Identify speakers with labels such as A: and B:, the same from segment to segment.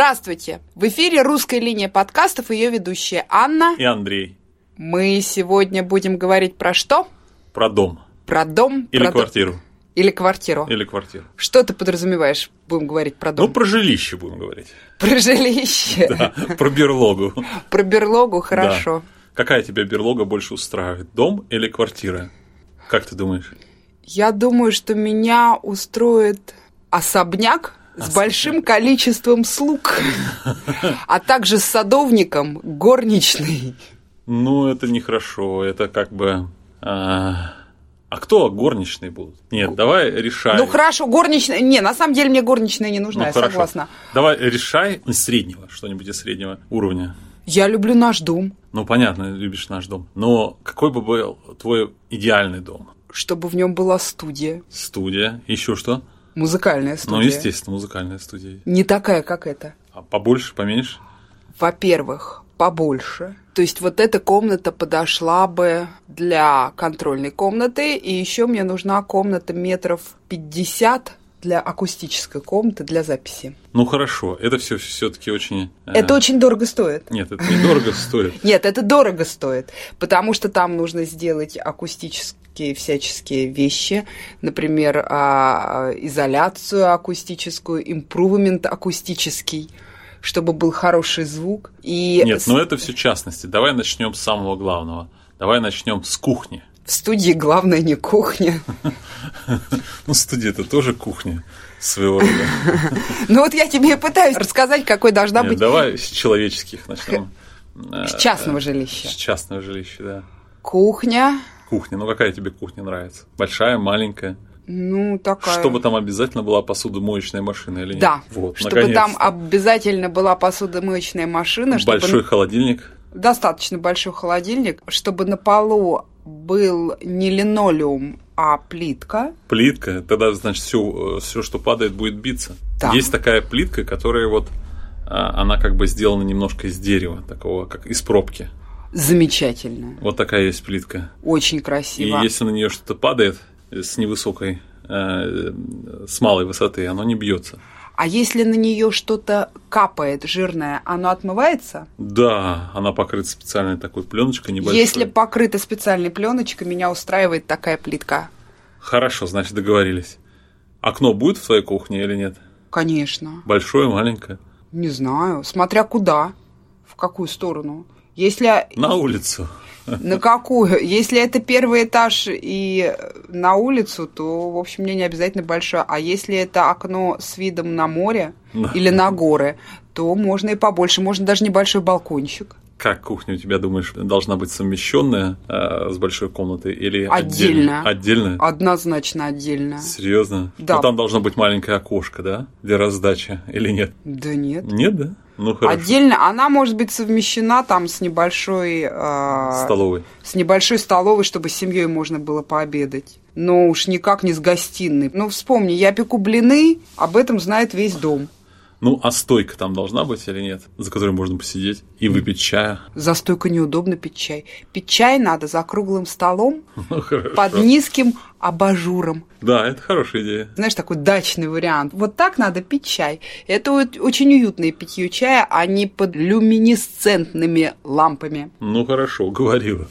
A: Здравствуйте! В эфире «Русская линия подкастов» и ее ведущая Анна.
B: и Андрей.
A: Мы сегодня будем говорить про что?
B: Про дом.
A: Про дом.
B: Или
A: про дом-
B: квартиру.
A: Или квартиру.
B: Или квартиру.
A: Что ты подразумеваешь? Будем говорить про
B: Ну,
A: дом.
B: про жилище будем говорить.
A: Про жилище.
B: Да, про берлогу.
A: Про берлогу хорошо.
B: Какая тебя берлога больше устраивает, дом или квартира? Как ты думаешь?
A: Я думаю, что меня устроит особняк с большим количеством слуг, а также с садовником горничной.
B: Ну, это нехорошо, это как бы... А, а кто горничные будут? Нет, давай решай.
A: Ну хорошо, горничная. Не, на самом деле мне горничная не нужна,
B: Ну,
A: я
B: хорошо.
A: согласна.
B: Давай решай из среднего, что-нибудь из среднего уровня.
A: Я люблю наш дом,
B: Ну, понятно, любишь наш дом. Но какой бы был твой идеальный дом?
A: чтобы в нем была студия,
B: Студия, еще что?
A: музыкальная студия.
B: Ну, естественно, музыкальная студия.
A: Не такая, как эта.
B: А побольше, поменьше?
A: Во-первых, побольше. То есть вот эта комната подошла бы для контрольной комнаты, и еще мне нужна комната метров 50 для акустической комнаты для записи.
B: Ну хорошо, это все все-таки очень. э,
A: Это очень дорого стоит.
B: Нет, это недорого стоит.
A: Нет, это дорого стоит, потому что там нужно сделать акустические всяческие вещи, например, а, изоляцию акустическую, импрувмент акустический, чтобы был хороший звук. И
B: Нет,
A: с-
B: но это все частности. Давай начнем с самого главного. Давай начнем с кухни.
A: в студии главное не кухня.
B: Ну, студия это тоже кухня своего рода.
A: Ну вот я тебе и пытаюсь рассказать, какой должна
B: Нет,
A: быть
B: Давай с человеческих начнем. Э,
A: с частного жилища.
B: С частного жилища, да.
A: Кухня,
B: Кухня. Ну, какая тебе кухня нравится? Большая, маленькая?
A: ну такая.
B: Чтобы там обязательно была посудомоечная машина или нет?
A: Да,
B: Вот,
A: чтобы там
B: наконец-то.
A: обязательно была посудомоечная машина, чтобы
B: Большой холодильник.
A: достаточно большой холодильник, чтобы на полу был не линолеум, а плитка.
B: плитка, тогда, значит, все, все что падает, будет биться.
A: Да.
B: Есть такая плитка, которая вот, а, она как бы сделана немножко из дерева, такого, как из пробки.
A: Замечательно,
B: Вот такая есть плитка.
A: очень
B: И
A: красиво.
B: если на нее что-то падает с невысокой, э, с малой высоты, оно не бьется.
A: А если на нее что-то капает жирное, оно отмывается?
B: Да, она покрыта специальной такой пленочкой небольшой.
A: Если покрыта специальной пленочкой, меня устраивает такая плитка.
B: Хорошо, значит, договорились. Окно будет в твоей кухне или нет?
A: Конечно.
B: Большое, маленькое?
A: Не знаю, смотря куда, в какую сторону. Если
B: На улицу.
A: на какую, если это первый этаж и на улицу, то, в общем, мне не обязательно большое. А если это окно с видом на море
B: Да.
A: или на горы, то можно и побольше, можно даже небольшой балкончик.
B: Как кухня у тебя, думаешь, должна быть совмещенная э, с большой комнатой или
A: Отдельно.
B: Отдельно?
A: Однозначно отдельно.
B: Серьезно?
A: А. Да.
B: Но там должно быть маленькое окошко, да? Для раздачи или нет?
A: Да нет.
B: Нет, да? Ну хорошо.
A: Отдельно она может быть совмещена там с небольшой э,
B: Столовой.
A: с небольшой столовой, чтобы с семьей можно было пообедать. Но уж никак не с гостиной. Ну, вспомни, я пеку блины, об этом знает весь дом.
B: Ну, а стойка там должна быть или нет? За которой можно посидеть и выпить чая.
A: За стойкой неудобно пить чай. Пить чай надо за круглым столом
B: Ну, хорошо.
A: под низким абажуром.
B: Да, это хорошая идея.
A: Знаешь, такой дачный вариант. Вот так надо пить чай. Это вот очень уютное питье чая, а не под люминесцентными лампами.
B: Ну, хорошо, говорила.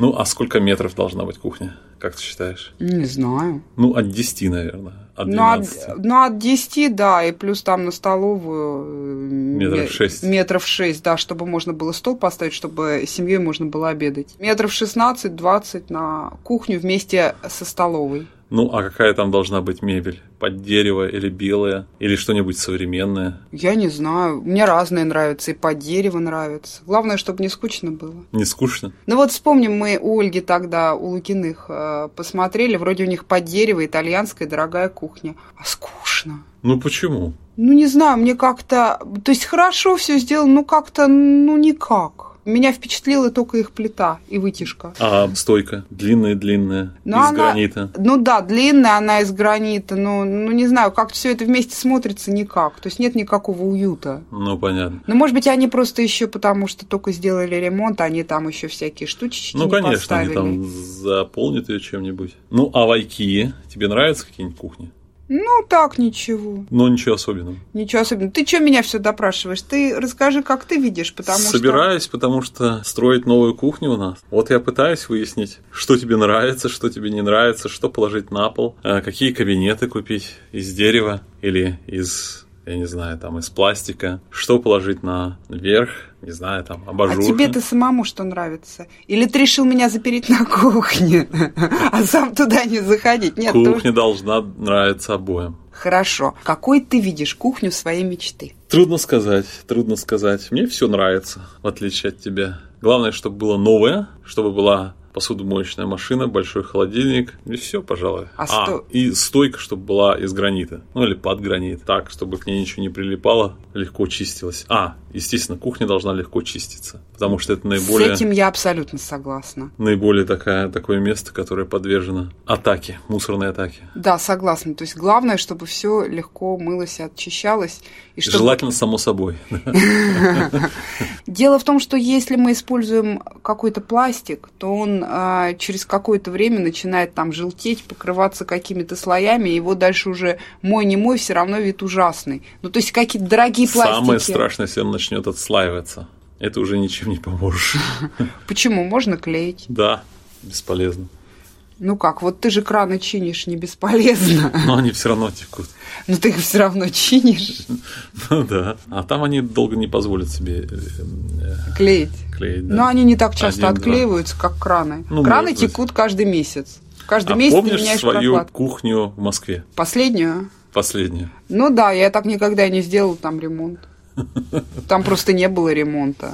B: Ну, а сколько метров должна быть кухня, как ты считаешь?
A: Не знаю.
B: Ну, от 10, наверное. От
A: Ну от,
B: 12.
A: ну, от 10, да, и плюс там на столовую... э,
B: Метров
A: ме-
B: шесть.
A: Метров 6, да, чтобы можно было стол поставить, чтобы семьей можно было обедать. Метров 16-20 на кухню вместе со столовой.
B: Ну, а какая там должна быть мебель? Под дерево или белое? Или что-нибудь современное?
A: Я не знаю, мне разные нравятся, и под дерево нравится. Главное, чтобы не скучно было.
B: Не скучно?
A: Ну вот вспомним, мы у Ольги тогда, у Лукиных, э, посмотрели, вроде у них под дерево итальянская дорогая кухня. А скучно.
B: Ну, почему?
A: Ну, не знаю, мне как-то... То есть хорошо все сделано, но как-то, ну, никак. Меня впечатлила только их плита и вытяжка.
B: А стойка? Длинная-длинная,
A: Ну,
B: из
A: она-
B: гранита.
A: Ну да, длинная она из гранита, но, ну, не знаю, как все это вместе смотрится никак. То есть нет никакого уюта.
B: Ну, понятно.
A: Ну, может быть, они просто еще потому, что только сделали ремонт, а они там еще всякие штучечки
B: Ну,
A: не
B: конечно,
A: поставили.
B: они там заполнят ее чем-нибудь. Ну, а в Айкии тебе нравятся какие-нибудь кухни?
A: Ну, так, ничего.
B: Но ничего особенного.
A: Ничего особенного. Ты что меня все допрашиваешь? Ты расскажи, как ты видишь, потому что...
B: Собираюсь, потому что строить новую кухню у нас. Вот я пытаюсь выяснить, что тебе нравится, что тебе не нравится, что положить на пол, э, какие кабинеты купить из дерева или из я не знаю, там, из пластика, что положить на верх, не знаю, там,
A: А
B: абажур.
A: тебе-то самому что нравится? Или ты решил меня запереть на кухне, а сам туда не заходить? Нет, ты
B: Кухня должна нравиться обоим.
A: Хорошо. Какой ты видишь кухню своей мечты?
B: Трудно сказать, трудно сказать. Мне все нравится, в отличие от тебя. Главное, чтобы было новое, чтобы была посудомоечная машина, большой холодильник и все, пожалуй.
A: А сто-
B: и стойка, чтобы была из гранита, ну или под гранит, так, чтобы к ней ничего не прилипало, легко чистилось. А, естественно, кухня должна легко чиститься, потому что это наиболее
A: С этим я абсолютно согласна.
B: наиболее такая такое место, которое подвержено атаке, мусорной атаке.
A: Да, согласна. То есть главное, чтобы все легко мылось и очищалось. И чтобы...
B: Желательно само собой.
A: Дело в том, что если мы используем какой-то пластик, то он а, через какое-то время начинает там желтеть, покрываться какими-то слоями, и его дальше уже мой не мой, все равно вид ужасный. Ну, то есть какие-то дорогие пластики.
B: Самое страшное, если он начнет отслаиваться. Это уже ничем не поможешь.
A: Почему? Можно клеить.
B: Да, бесполезно.
A: Ну как, вот ты же краны чинишь, не бесполезно.
B: Но они все равно текут.
A: Но ты их все равно чинишь.
B: Ну да. А там они долго не позволят себе э,
A: Клеить.
B: э, клеить. да.
A: Но они не так часто
B: Один, два.
A: отклеиваются, как краны.
B: Ну,
A: краны
B: может быть.
A: текут каждый месяц. Каждый
B: а
A: месяц ты
B: помнишь
A: меняешь
B: свою
A: прокладку.
B: кухню в Москве?
A: Последнюю?
B: Последнюю.
A: Ну да, я так никогда и не сделала там ремонт. Там просто не было ремонта.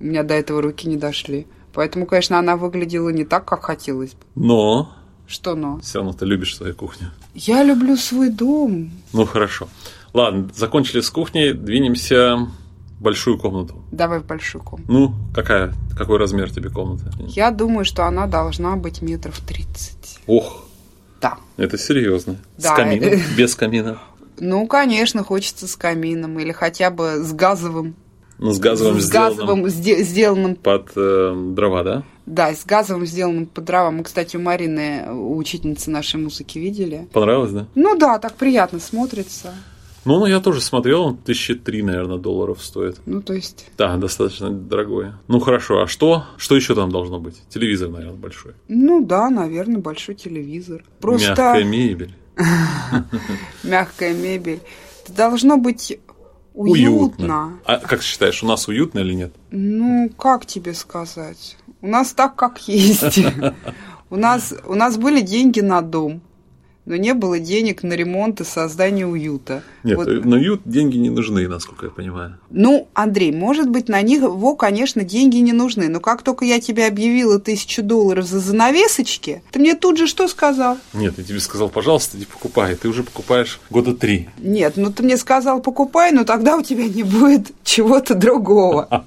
A: У меня до этого руки не дошли. Поэтому, конечно, она выглядела не так, как хотелось бы.
B: Но
A: Что но?
B: все равно ты любишь свою кухню.
A: Я люблю свой дом.
B: Ну хорошо. Ладно, закончили с кухней, двинемся в большую комнату.
A: Давай в большую комнату.
B: Ну, какая, какой размер тебе комната?
A: Я думаю, что она должна быть метров 30.
B: Ох,
A: Да.
B: это серьезно.
A: Да, э,
B: С камином, без камина.
A: Ну, конечно, хочется с камином или хотя бы с газовым.
B: Ну, с газовым
A: с
B: сделанным
A: газовым сде- сделанным
B: под э, дрова, да?
A: Да, с газовым сделанным по дровам. Мы, кстати, у Марины, у учительницы нашей музыки, видели.
B: Понравилось, да?
A: Ну да, так приятно смотрится.
B: Ну, ну, я тоже смотрел, он тысячи три, наверное, долларов стоит.
A: Ну, то есть,
B: Да, достаточно дорогое. Ну, хорошо, а что? Что еще там должно быть? Телевизор, наверное, большой.
A: ну да, наверное, большой телевизор. Просто
B: Мягкая
A: мягкая,
B: мебель.
A: мебель. Это должно быть уютно.
B: Уютно. А как ты считаешь, у нас уютно или нет?
A: Ну, как тебе сказать? У нас так, как есть. У нас, у нас были деньги на дом, но не было денег на ремонт и создание уюта.
B: Нет,
A: Вот-
B: э, на уют деньги не нужны, насколько я понимаю.
A: Ну, Андрей, может быть, на них, во, конечно, деньги не нужны, но как только я тебе объявила тысячу долларов за занавесочки, ты мне тут же что сказал?
B: Нет, я тебе сказал, пожалуйста, иди покупай. Ты уже покупаешь года три.
A: Нет, ну ты мне сказал, покупай, но тогда у тебя не будет чего-то другого.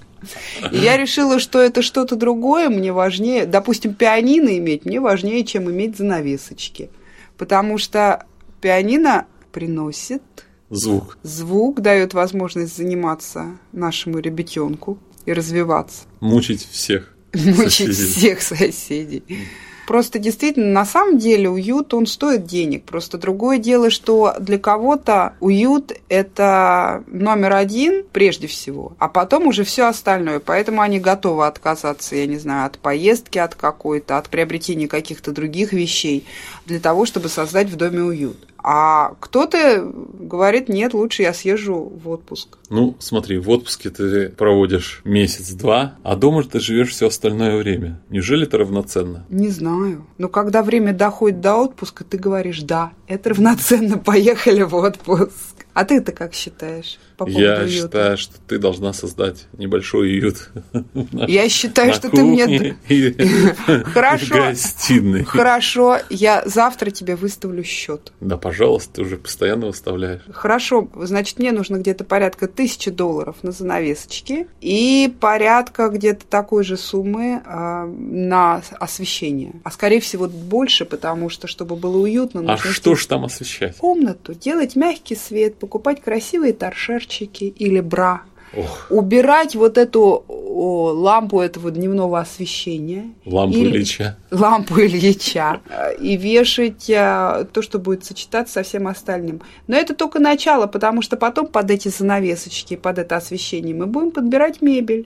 A: И я решила, что это что-то другое, мне важнее, допустим, пианино иметь, мне важнее, чем иметь занавесочки. Потому что пианино приносит
B: Звук.
A: звук, дает возможность заниматься нашему ребятенку и развиваться.
B: Мучить всех.
A: мучить
B: соседей.
A: всех соседей. Просто действительно, на самом деле уют, он стоит денег. Просто другое дело, что для кого-то уют – это номер один прежде всего, а потом уже все остальное. Поэтому они готовы отказаться, я не знаю, от поездки от какой-то, от приобретения каких-то других вещей для того, чтобы создать в доме уют. А кто-то говорит, нет, лучше я съезжу в отпуск.
B: Ну, смотри, в отпуске ты проводишь месяц-два, а дома ты живешь все остальное время. Неужели это равноценно?
A: Не знаю. Но когда время доходит до отпуска, ты говоришь, да, это равноценно, поехали в отпуск. А ты-то как считаешь? по поводу
B: я
A: уюта?
B: считаю, что ты должна создать небольшой уют.
A: Я считаю, что ты мне... Хорошо.
B: гостиной.
A: Хорошо, я завтра тебе выставлю счет.
B: Да, пожалуйста, ты уже постоянно выставляешь.
A: Хорошо, значит, мне нужно где-то порядка тысячи долларов на занавесочки и порядка где-то такой же суммы а, на освещение. А скорее всего больше, потому что, чтобы было уютно,
B: А
A: нужно
B: что ж там освещать?
A: комнату, делать мягкий свет, покупать красивые торшерчики или бра,
B: Ох,
A: убирать вот эту о, лампу этого дневного освещения.
B: Лампу
A: и-
B: Ильича.
A: лампу Ильича э, и вешать э, то, что будет сочетаться со всем остальным. Но это только начало, потому что потом под эти занавесочки, под это освещение мы будем подбирать мебель.